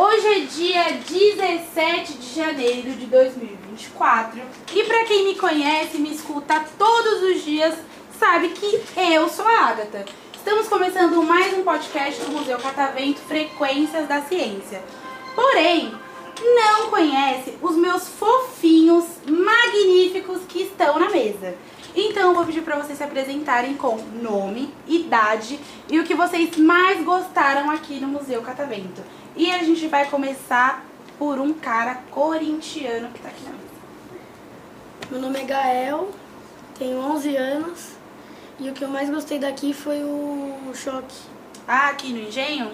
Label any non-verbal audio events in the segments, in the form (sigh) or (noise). Hoje é dia 17 de janeiro de 2024 e pra quem me conhece, me escuta todos os dias, sabe que eu sou a Agatha. Estamos começando mais um podcast do Museu Catavento Frequências da Ciência. Porém, não conhece os meus fofinhos magníficos que estão na mesa. Então eu vou pedir pra vocês se apresentarem com nome, idade e o que vocês mais gostaram aqui no Museu Catavento. E a gente vai começar por um cara corintiano que tá aqui na mesa. Meu nome é Gael, tenho 11 anos e o que eu mais gostei daqui foi o choque. Ah, aqui no engenho?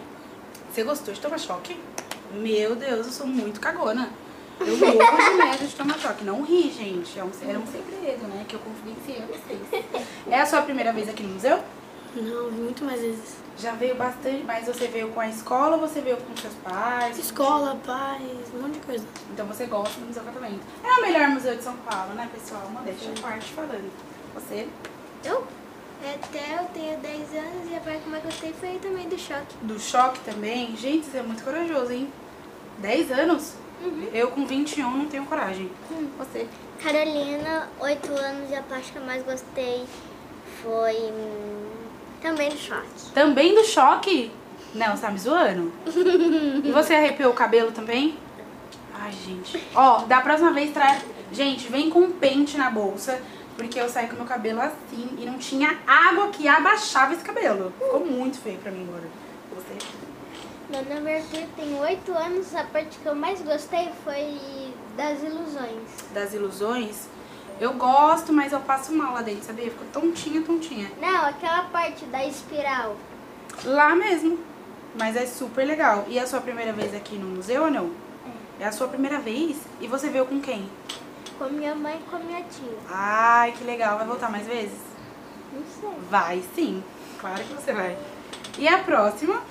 Você gostou de tomar choque? Meu Deus, eu sou muito cagona. Eu morro de medo de tomar choque. Não ri, gente. É um, era um segredo, né? Que eu confidenciei a vocês. É a sua primeira vez aqui no museu? Não, vi muito mais vezes. Já veio bastante, mas você veio com a escola ou você veio com seus pais? Escola, pais, um monte de coisa. Então você gosta do Museu Catavento. É o melhor museu de São Paulo, né, pessoal? Uma deixa à parte falando. Você? Eu? Até eu tenho 10 anos e a parte que mais gostei foi também do choque. Do choque também? Gente, você é muito corajoso, hein? 10 anos? Eu com 21 não tenho coragem. Você? Carolina, 8 anos e a parte que eu mais gostei foi hum, também do choque. Também do choque? Não, você tá me zoando. E você arrepiou o cabelo também? Ai, gente. Ó, da próxima vez traz. Gente, vem com um pente na bolsa, porque eu saí com meu cabelo assim e não tinha água que abaixava esse cabelo. Ficou muito feio pra mim agora. Você? Meu nome é Arthur, tenho 8 anos, a parte que eu mais gostei foi das ilusões. Das ilusões? Eu gosto, mas eu passo mal lá dentro, sabia? Ficou tontinha, tontinha. Não, aquela parte da espiral. Lá mesmo. Mas é super legal. E é a sua primeira vez aqui no museu ou não? É a sua primeira vez? E você veio com quem? Com minha mãe e com minha tia. Ai, que legal. Vai voltar mais vezes? Não sei. Vai sim. Claro que você vai. E a próxima?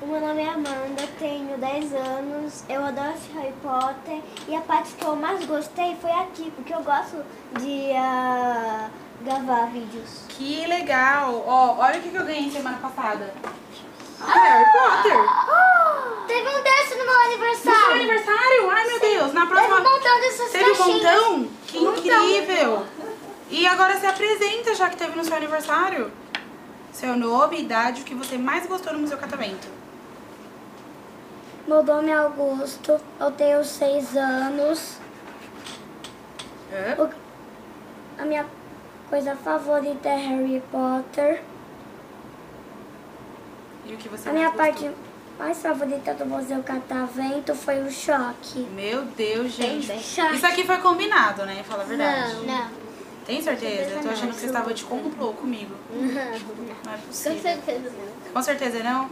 O meu nome é Amanda, tenho 10 anos, eu adoro esse Harry Potter e a parte que eu mais gostei foi aqui, porque eu gosto de ah, gravar vídeos. Que legal. Ó, olha o que que eu ganhei semana passada. Ah, Harry Potter. Ah! Teve um desse no meu No seu aniversário! aniversário? Ai, meu Deus. Na Teve um próxima... montão dessas Teve um caixinhas. montão? Que Um montão. incrível! E agora se apresenta, já que teve no seu aniversário. Seu nome, idade, o que você mais gostou no Museu Catavento. Meu nome é Augusto, eu tenho 6 anos. Hã? A minha coisa favorita é Harry Potter. E o que você A minha mais parte gostou? mais favorita do Museu Catavento foi o choque. Meu Deus, gente. Também. Isso aqui foi combinado, né? Fala a verdade. Não, Tem certeza? Eu tô achando que você estava de complô comigo. Não. Não é possível. certeza não. Com certeza não?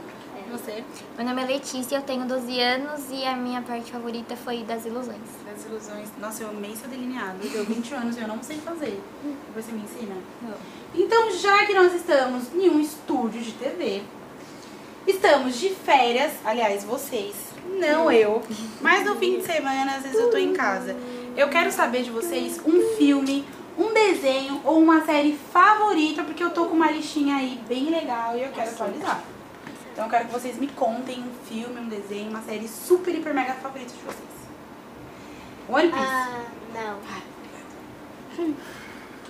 E Você? Meu nome é Letícia, eu tenho 12 anos e a minha parte favorita foi das ilusões. Das ilusões. Nossa, eu amei seu delineado. Eu tenho 20 anos e eu não sei fazer. Depois você me ensina? Não. Então, já que nós estamos em um estúdio de TV, estamos de férias. Aliás, vocês, não eu. Mas no fim de semana, às vezes eu tô em casa. Eu quero saber de vocês um filme, um desenho ou uma série favorita, porque eu tô com uma listinha aí bem legal e eu quero atualizar. Então, eu quero que vocês me contem um filme, um desenho, uma série super, hiper, mega favorita de vocês. One Piece. Ah, não. (laughs)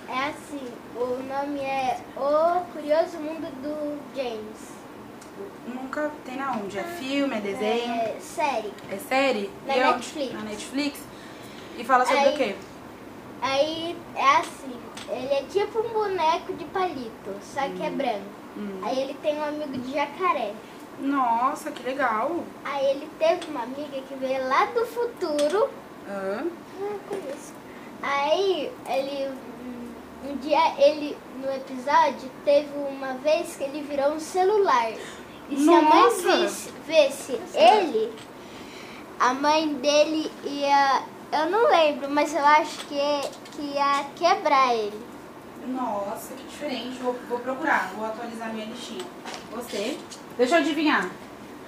É assim, o nome é O Curioso Mundo do James. Nunca tem na onde. É filme, é desenho, é, É série. série? Na E é onde? Netflix. Na Netflix. E fala sobre Aí- o quê? Aí é assim, ele é tipo um boneco de palito, só que é branco. Aí ele tem um amigo de jacaré. Nossa, que legal. Aí ele teve uma amiga que veio lá do futuro. Hã? Ah, conheço. Aí ele. hum, Um dia ele, no episódio, teve uma vez que ele virou um celular. E se a mãe Nossa! visse, visse ele, a mãe dele ia. Eu não lembro, mas eu acho que, que ia quebrar ele. Nossa, que diferente. Vou, vou procurar, vou atualizar minha listinha. Você? Deixa eu adivinhar.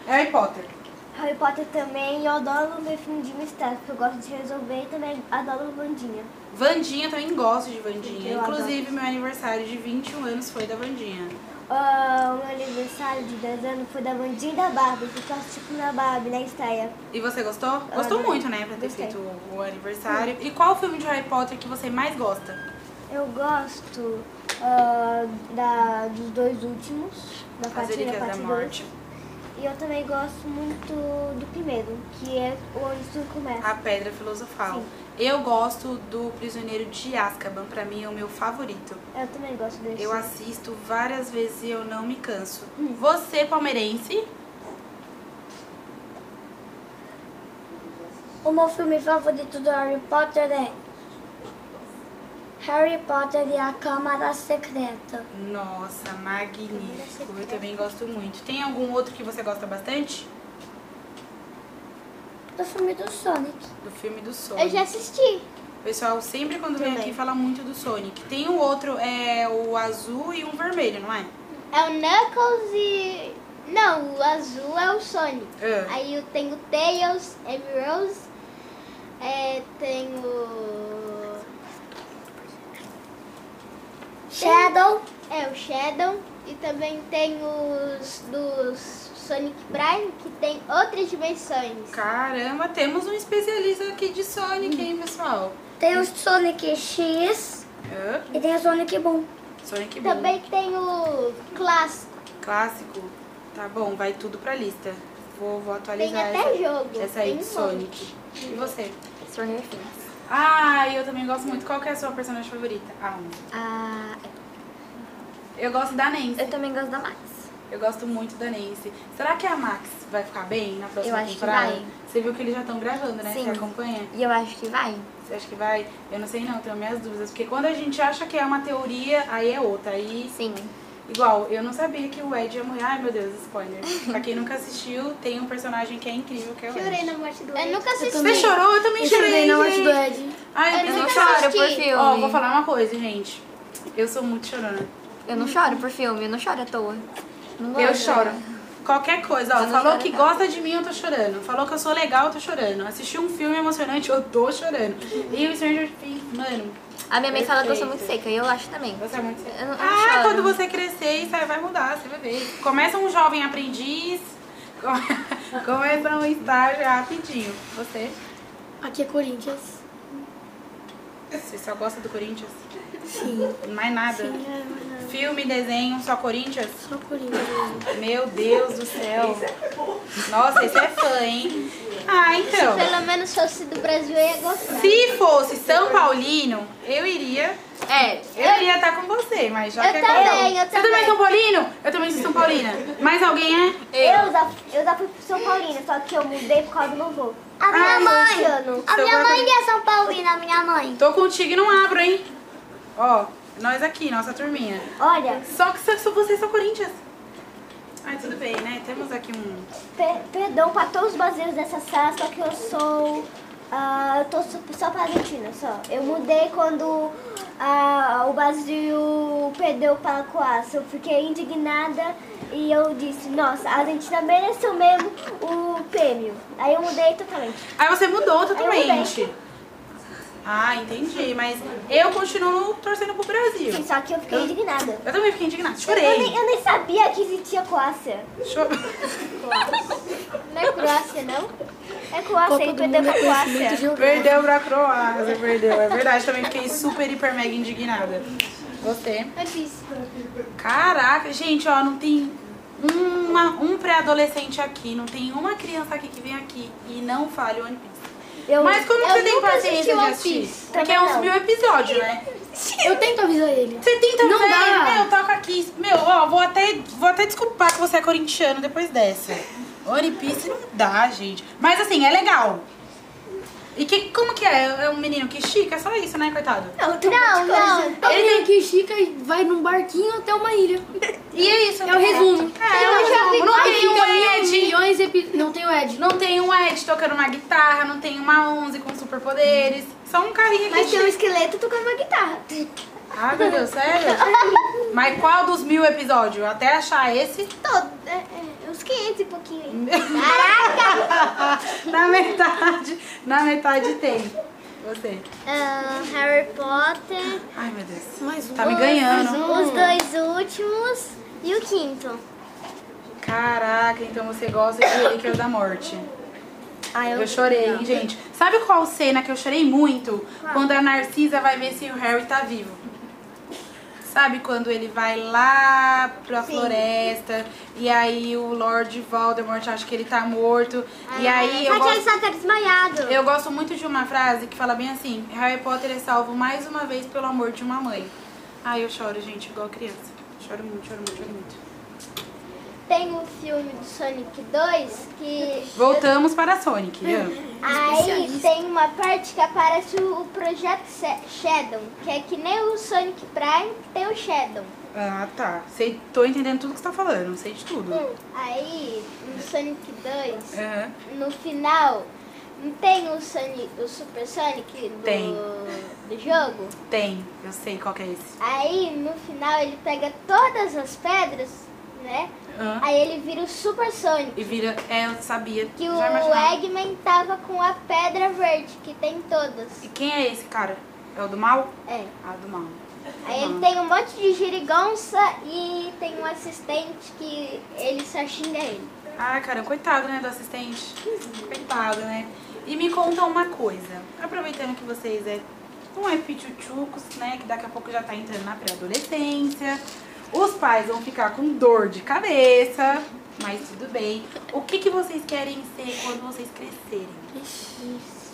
É Harry Potter. Harry Potter também. E eu adoro meu filme de mistério, porque eu gosto de resolver e também adoro Bandinha. Vandinha também gosto de Vandinha. Eu Inclusive, meu aniversário de 21 anos foi da Vandinha. Ah, o meu aniversário de 10 anos foi da Bandinha e da Barbie, porque eu assisti na Barbie, na estreia. E você gostou? Gostou Adorei. muito, né? Pra ter Gostei. feito o o aniversário. E qual filme de Harry Potter que você mais gosta? Eu gosto ah, da, dos dois últimos, da As parte 1 e da Relíquias da parte 2. Morte, E eu também gosto muito do primeiro, que é onde tudo começa. A Pedra Filosofal. Sim. Eu gosto do Prisioneiro de Azkaban, pra mim é o meu favorito. Eu também gosto desse. Eu assisto várias vezes e eu não me canso. Hum. Você, palmeirense, O meu filme favorito do Harry Potter é Harry Potter e a Câmara Secreta. nossa, magnífico. Eu também gosto muito. Tem algum outro que você gosta bastante? Do filme do Sonic. Do filme do Eu Sonic. já assisti. O pessoal sempre quando vem Também. aqui fala muito do Sonic. Tem o outro, é o azul e um vermelho, não é? É o Knuckles e. Não, o azul é o Sonic. É. Aí eu tenho Tails, Emeralds, é, tenho. Shadow. É, o Shadow. E também tem os dos Sonic Prime, que tem outras dimensões. Caramba, temos um especialista aqui de Hum. Sonic, hein, pessoal? Tem o Sonic X Hã? e tem o Sonic Boom. Sonic Boom. Também tem o clássico, Clássico. Tá bom, vai tudo pra lista. Vou, vou atualizar tem até essa, jogo. essa aí tem de um Sonic. E você? Stranger Things. Ah, eu também gosto muito. Qual que é a sua personagem favorita? Ah, um. Ah, eu gosto da Nancy. eu também gosto da Max. Eu gosto muito da Nancy. Será que a Max vai ficar bem na próxima Eu acho que temporada? vai. Você viu que eles já estão gravando, né? Sim. Você acompanha? E eu acho que vai. Você acha que vai? Eu não sei não, tenho minhas dúvidas. Porque quando a gente acha que é uma teoria, aí é outra. Aí Sim. Igual, eu não sabia que o Ed ia morrer. Ai, meu Deus, (laughs) spoiler. pra quem nunca assistiu, tem um personagem que é incrível, que é o Ed. Chorei na morte do Eu nunca assisti. Você chorou? Eu também Eu chorei, chorei na morte gente. do Ed. Ai, eu, Eu pensei não que choro chorava. por assisti. filme. Ó, vou falar uma coisa, gente. Eu sou muito chorona. Eu não choro por filme, eu não choro à toa. Não Eu gosto. choro. Qualquer coisa, ó. Eu não Falou choro que nada. gosta de mim, eu tô chorando. Falou que eu sou legal, eu tô chorando. Assisti um filme emocionante, eu tô chorando. E o Stranger Things, mano, A minha mãe fala que eu sou muito Perfeito. seca, e eu acho também. você é muito... Eu não- eu não ah, choro. quando você crescer, isso aí vai mudar, você vai ver. Começa um jovem aprendiz, come- (laughs) começa um estágio rapidinho. Você? Aqui é Corinthians. Você só gosta do Corinthians? Sim. Mais nada? Sim, é, mas não. Filme, desenho, só Corinthians? Só Corinthians mesmo. Meu Deus do céu. Nossa, esse é fã, hein? Ah, então. Pelo menos fosse do Brasil eu ia gostar. Se fosse São Paulino, eu iria. É, Eu iria estar com você, mas já Eu que é também, Paulão. eu Você também é também. São Paulino? Eu também sou São Paulina. Mais alguém é? Eu já, eu já fui pro São Paulino, só que eu mudei por causa do vovô. A minha Ah, mãe. Luciano. A Seu minha guarda- mãe é São Paulina, a minha mãe. Tô contigo e não abro, hein? Ó, nós aqui, nossa turminha. Olha, Só que só, só vocês são Corinthians. Ai, tudo bem, né? Temos aqui um. per- perdão pra todos os brasileiros dessa sala, só que eu sou. ah, eu tô só, só pra Argentina, só. Eu mudei quando ah, o Brasil perdeu para a Croácia. Eu fiquei indignada e eu disse, nossa, a Argentina mereceu mesmo o prêmio. Aí eu mudei totalmente. Aí você mudou totalmente. Ah, entendi. Mas eu continuo torcendo pro Brasil. Sim, só que eu fiquei indignada. Eu também fiquei indignada. Eu Chorei. nem, eu nem sabia que existia Croácia. Cho- Não é Croácia, não? É Croácia, ele do perdeu Mundo pra é Croácia. conhecimento (laughs) geográfico. Perdeu pra Croácia, perdeu. É verdade, também fiquei super, hiper, mega indignada. Você. É Eu disse. Caraca, gente, ó, não tem uma, um pré-adolescente aqui, não tem uma criança aqui que vem aqui e não fale One Piece. Eu, Mas como eu você tem nunca assisti paciência de One assistir? Piece. Porque Também é uns não. mil episódios, né? Eu tento avisar ele. Você tenta Não ver, dá. meu, toca aqui. Meu, ó, vou até, vou até desculpar que você é corintiano depois dessa. One Piece não dá, gente. Mas assim, é legal. E que, como que é? É um menino que estica? É só isso, né, coitado? Não, não, não. Ele tem que estica e vai num barquinho até uma ilha. E é isso. É o resumo. É, eu já vi não tem um Aí Ed. fica milhões de epi- Não tem o Ed. Não tem um Ed tocando uma guitarra, não tem uma Onze com superpoderes. Só um carinha que Mas tem um estica. esqueleto tocando uma guitarra. Ah, meu Deus, sério? Mas qual dos mil episódios? Até achar esse? Todo. É, é, eu uns 500 e pouquinho. (laughs) (laughs) Na metade, na metade tem. Você. Ah, Harry Potter. Ai, meu Deus. Mais um. Tá me ganhando. Os dois últimos e o quinto. Caraca, então você gosta de Relíquias da Morte. Ah, Eu chorei, hein, gente? Sabe qual cena que eu chorei muito? Quando a Narcisa vai ver se o Harry tá vivo. Sabe quando ele vai lá pra floresta e aí o Lord Voldemort acha que ele tá morto. e Ah, Ah, aí eu é Só que gosto... ele só tá desmaiado. Eu gosto muito de uma frase que fala bem assim: Harry Potter é salvo mais uma vez pelo amor de uma mãe. Ai, eu choro, gente, igual criança. Choro muito, choro muito, choro muito. Tem um filme do Sonic 2 que. Voltamos para Sonic. Ian. Aí tem uma parte que aparece o o projeto Se- Shadow, que é que nem o Sonic Prime que tem o Shadow. (laughs) Ah, tá. Sei, tô entendendo tudo que você tá falando, sei de tudo. Aí, no Sonic 2, Aham. no final, não tem o, Sonic, o Super Sonic do, Tem. do jogo? Tem, eu sei qual que é esse. Aí, no final, ele pega todas as pedras, né? Aham. Aí ele vira o Super Sonic. E vira. É, eu sabia. Que já o imaginava. Eggman tava com a pedra verde, que tem todas. E quem é esse cara? É o do mal? É. Ah, do mal. Aí Uhum. ele tem um monte de girigonça e tem um assistente que ele só xinga ele. Ah, cara, coitado, né, do assistente. Coitado, né? E me conta uma coisa. Aproveitando que vocês é, não é pichuchucos, né, que daqui a pouco já tá entrando na pré-adolescência. Os pais vão ficar com dor de cabeça, mas tudo bem. O que, que vocês querem ser quando vocês crescerem?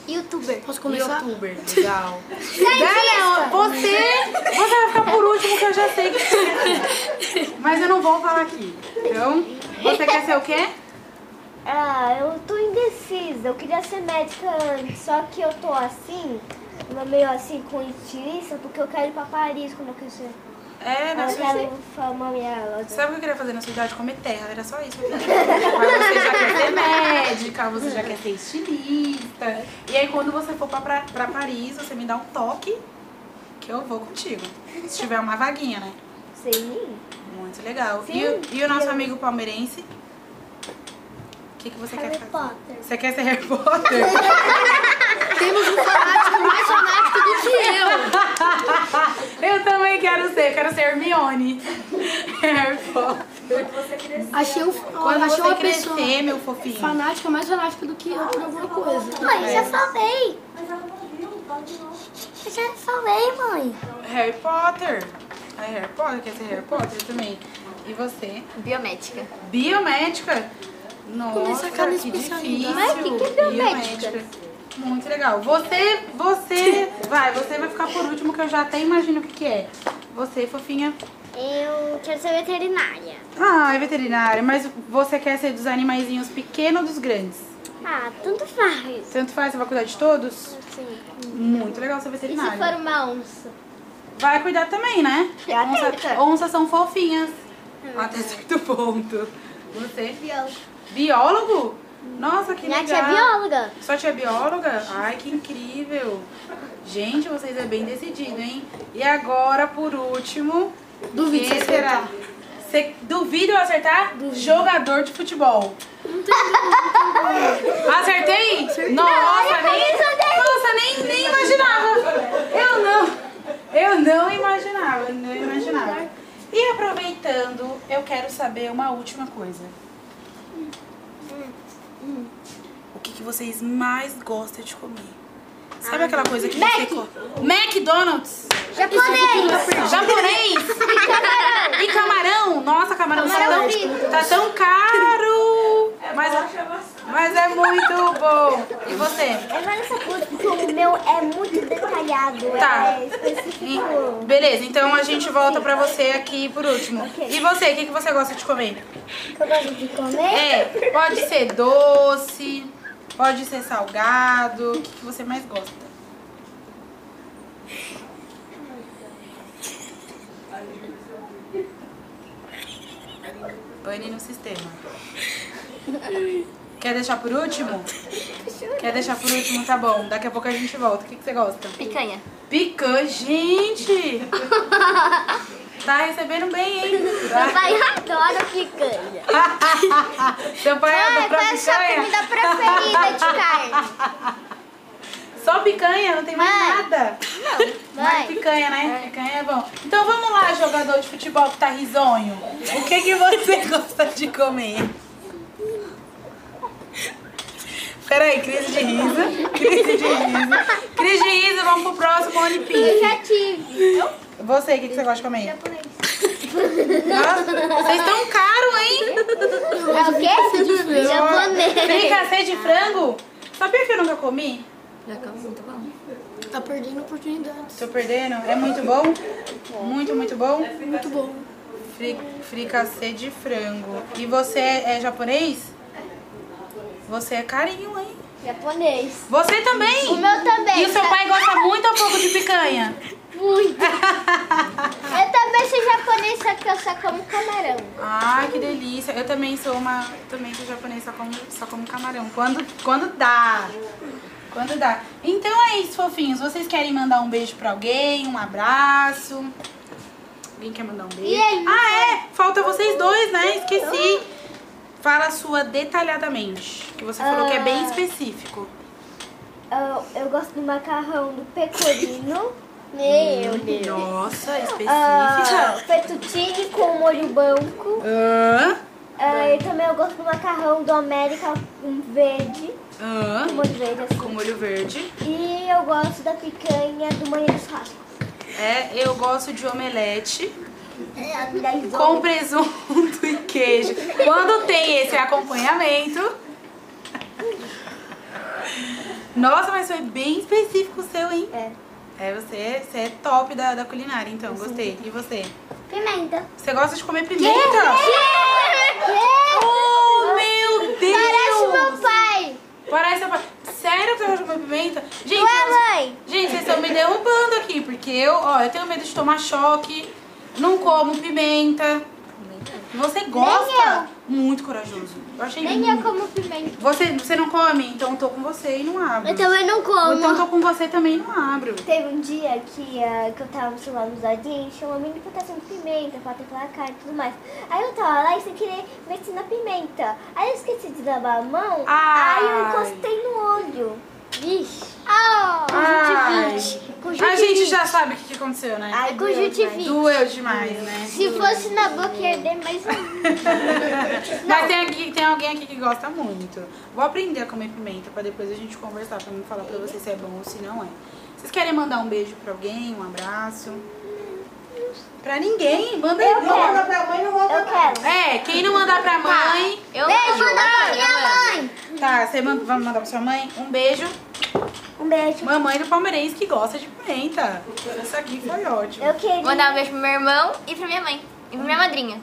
Youtuber. Posso começar? Youtuber, legal. Daniel, você, você vai ficar por último que eu já sei que você quer ser. Mas eu não vou falar aqui. Então, você quer ser o quê? Ah, eu tô indecisa. Eu queria ser médica, só que eu tô assim, meio assim com intuição, porque eu quero ir pra Paris quando eu crescer. É, na Eu sua quero formar minha loja. Sabe o que eu queria fazer na sua idade? Comer terra, era só (laughs) isso. que eu queria. Mas você já quer ser médica, você já quer ser estilista. E aí quando você for pra, pra, pra Paris, você me dá um toque que eu vou contigo. Se tiver uma vaguinha, né? Sim. Muito legal. E, o- e o nosso amigo palmeirense? O que, que você quer fazer? Potter. Você quer ser Harry Potter? (laughs) (laughs) Temos um fanático mais fanático do que eu. eu também quero ser, eu quero ser Hermione. Harry Potter. Achei, um, Quando achei você uma crescer, pessoa meu fofinho. fanática mais fanática do que eu por alguma coisa. Mãe, já falei. Eu já falei, mãe. Harry Potter. Ah, Harry Potter, quer ser Harry Potter também. E você? Biomédica. Biomédica? Nossa, Começa cada que especialidade. difícil. Mas que, que é biomédica? Muito legal. Você, você, vai, você vai ficar por último que eu já até imagino o que, que é. Você, fofinha. Eu quero ser veterinária. Ah, é veterinária, mas você quer ser dos animaizinhos pequenos ou dos grandes? Ah, tanto faz. Tanto faz, você vai cuidar de todos? Muito legal ser E se veterinária. for uma onça? Vai cuidar também, né? Onça, onças são fofinhas. Até certo ponto. Você? Biólogo. Biólogo? Nossa, que Minha legal. tia é bióloga. Sua tia é bióloga? Ai, que incrível. Gente, vocês é bem decidido, hein? E agora, por último... Duvido quem você será? Você duvida eu acertar? Jogador de futebol. Acertei? Nossa, nem, nossa nem, nem imaginava. Eu não. Eu não imaginava, eu não imaginava. E aproveitando, eu quero saber uma última coisa. O que, que vocês mais gostam de comer? Sabe aquela coisa que você... co- McDonald's! Japonês! Japonês! E camarão? Nossa, camarão, tá, tão, tá tão caro! Mas, mas é muito bom! E você? É mais essa coisa, porque o meu é muito detalhado. Tá. É E- específico. beleza, então a gente volta pra você aqui por último. E você, o que, que você gosta de comer? Que eu gosto de comer. É, pode ser doce, pode ser salgado. O que, que você mais gosta? Pane no sistema. Quer deixar por último? Quer deixar por último? Tá bom. Daqui a pouco a gente volta. O que, que você gosta? Picanha. Picanha. Gente! tá recebendo bem, hein? Meu pai adora picanha. Seu pai é do pra Qual é a sua picanha? comida preferida de carne? Só picanha? Não tem mais Mãe. nada? Mais Mãe, picanha, né? Picanha é bom. Então vamos lá, jogador de futebol que tá risonho. O que, que você (laughs) gosta de comer? Peraí, crise de riso. Crise de riso. Crise de riso, vamos pro próximo Onipim. já tive. Você, o que, que você gosta de comer? Nossa, vocês tão caro, hein? É o quê? Japonês. Fricassê é de frango? Sabia que eu nunca comi? Já como é muito bom. Tá perdendo oportunidades. Tô perdendo. É muito bom? Muito, muito bom? Muito bom. Fri fricassê de frango. E você é japonês? Você é carinho, hein? Japonês. Você também? O meu tá- também. E o seu pai gosta muito ou pouco de picanha? Muito. eu também sou japonês, só que eu só como camarão. Ai, que delícia. Eu também sou uma. Também sou japonês, só como, só como camarão. Quando, quando dá. Quando dá. Então é isso, fofinhos. Vocês querem mandar um beijo pra alguém? Um abraço? Alguém quer mandar um beijo? E aí? Ah, é? Falta vocês dois, né? Esqueci. Fala a sua detalhadamente. Que você falou que é Ah. bem específico. Eu, eu gosto do macarrão do pecorino. Meu Deus. Nossa, ah, específica. fettuccine com molho branco. Hã? Ah, e também eu gosto do macarrão do América com verde. Hã? Com molho verde, assim. Ah. Com molho verde. E eu gosto da picanha do manhã do churrasco. É, eu gosto de omelete Das É, com presunto e queijo. Quando tem esse acompanhamento. Nossa, mas foi bem específico o seu, hein? É. É, você, você é top da, da culinária, então, gostei. E você? Pimenta. Você gosta de comer pimenta? Oh, meu Deus! Parece meu pai. Parece uma... Sério que você gosta de comer pimenta? Gente, é, eu- Ué, mãe. Gente, vocês estão me derrubando aqui, porque eu, ó, eu tenho medo de tomar choque, não como pimenta. Você gosta? Muito corajoso. Eu achei Nem eu muito. como pimenta. Você, você não come? Então eu tô com você e não abro. Eu também não Ou então eu como. tô com você também e não abro. Teve um dia que, ah, que eu tava, sei lá, nos dadinhos, tinha uma mini plantação de pimenta, pra ter pela cara e tudo mais. Aí eu tava lá e sem querer meti na pimenta. Aí eu esqueci de lavar a mão, aí eu Ai. encostei no olho. Vixe. Ah, Ai. conjuntivite. A gente já sabe o que que aconteceu, né? Ai, doeu demais. Conjuntivite. Doeu demais, né? Se fosse na boca, ia arder mais um. ainda. Mas tem, aqui, tem alguém aqui que gosta muito. Vou aprender a comer pimenta pra depois a gente conversar, pra me falar pra vocês se é bom ou se não é. Vocês querem mandar um beijo pra alguém, um abraço? Pra ninguém, manda aí. Não manda pra mãe, não manda Eu quero. É, quem não mandar pra mãe. Eu Beijo mando, da eu minha mãe. Tá, você manda, vamos mandar pra sua mãe? Um beijo. Um beijo. Mamãe do palmeirense que gosta de pimenta. Isso aqui foi ótimo. Eu mando. queria. Mandar um beijo pro meu irmão e pra minha mãe. E pra minha madrinha.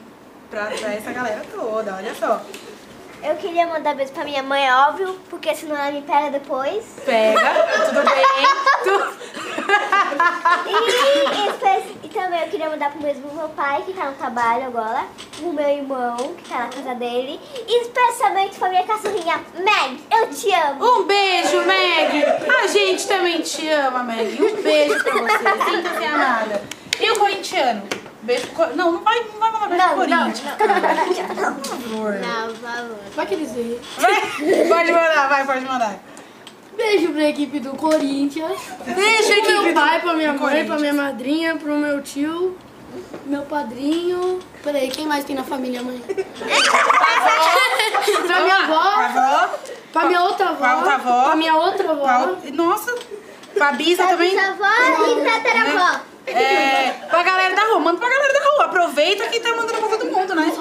Pra, pra essa galera toda, olha só. Eu queria mandar beijo pra minha mãe, é óbvio, porque senão ela me pega depois. Pega, tudo bem. (laughs) Tu- (laughs) E, espe- e também eu queria mandar pro mesmo meu pai, que tá no trabalho agora, pro meu irmão, que tá na casa dele, e especialmente pra minha cachorrinha, Meg, eu te amo. Um beijo, Meg! A gente também te ama, Meg. Um beijo pra você. Sinta-se amada. E o corintiano? Beijo pro cor- Não, não vai, não vai falar beijo pro Corinthians. cara. Por favor. Não, por favor. Vai que eles veem. Vai, pode mandar, vai, pode mandar. Beijo pra equipe do Corinthians. Beijo, Pro equipe meu do- pai, pra minha do mãe, pra Corinthians. minha madrinha, pro meu tio, meu padrinho. Peraí, quem mais tem na (laughs) família, mãe? pra minha avó, Avó? pra minha outra avó, Pra outra avó. pra minha outra avó. pra outra- Nossa. Pra Bisa também. um Bisavó e tataravó. É, pra galera da rua. Manda pra galera da rua. Aproveita que tá mandando pra todo mundo, né?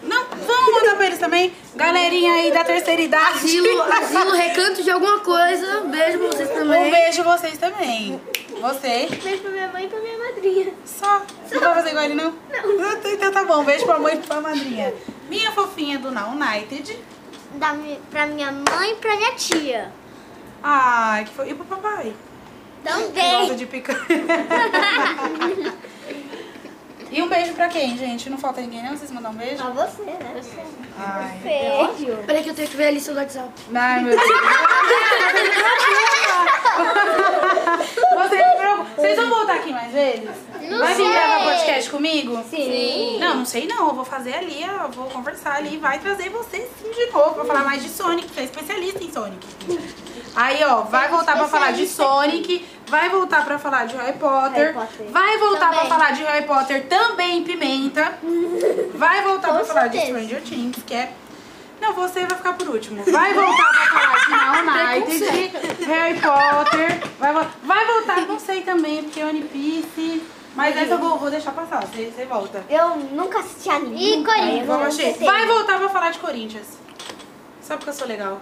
Não, vamos mandar pra eles também. Galerinha aí da terceira idade. Asilo, asilo, recanto de alguma coisa. Beijo pra vocês Um também. beijo vocês também. Você? Beijo pra minha mãe e pra minha madrinha. Só. Não vai fazer igual ele, não? Não. Então tá bom. Beijo pra mãe e pra madrinha. Minha fofinha do Now United. Da, um mi- pra minha mãe e pra minha tia. Ai, que foi. E pro um papai? Que Também. gosta de picanha. (laughs) E um beijo pra quem, gente? Não falta ninguém, não? Vocês mandam um beijo? Pra você, né? Ai, É Beijo. Peraí que eu tenho que ver a lista do WhatsApp. Ai, meu Deus. Vocês, se preocupam. Vocês vão voltar aqui mais vezes? Não vai vir sei. gravar podcast comigo? Sim. Não, não sei não. Eu vou fazer ali, eu vou conversar ali e vai trazer vocês sim de novo pra falar mais de Sonic, que é especialista em Sonic. Aí, ó, vai voltar pra falar de Sonic, vai voltar pra falar de Harry Potter, Harry Potter. vai voltar pra Também. falar de Harry Potter também Pimenta, vai voltar Com pra falar de certeza. Stranger Things, que é... Não, você vai ficar por último. Vai voltar pra falar de (laughs) Now United, de Harry Potter, vai, vo- vai voltar, não sei também, porque One Piece... Mas essa eu vou, vou deixar passar, você você volta. Eu nunca assisti anime. E nunca. Corinthians? Eu Vamos, não Che. sei. Vai voltar pra falar de Corinthians. Só porque eu sou legal.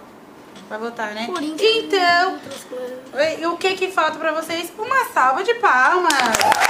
Vai voltar, né? Corinthians. Então, Outras coisas. e- o que que falta pra vocês? Uma salva de palmas.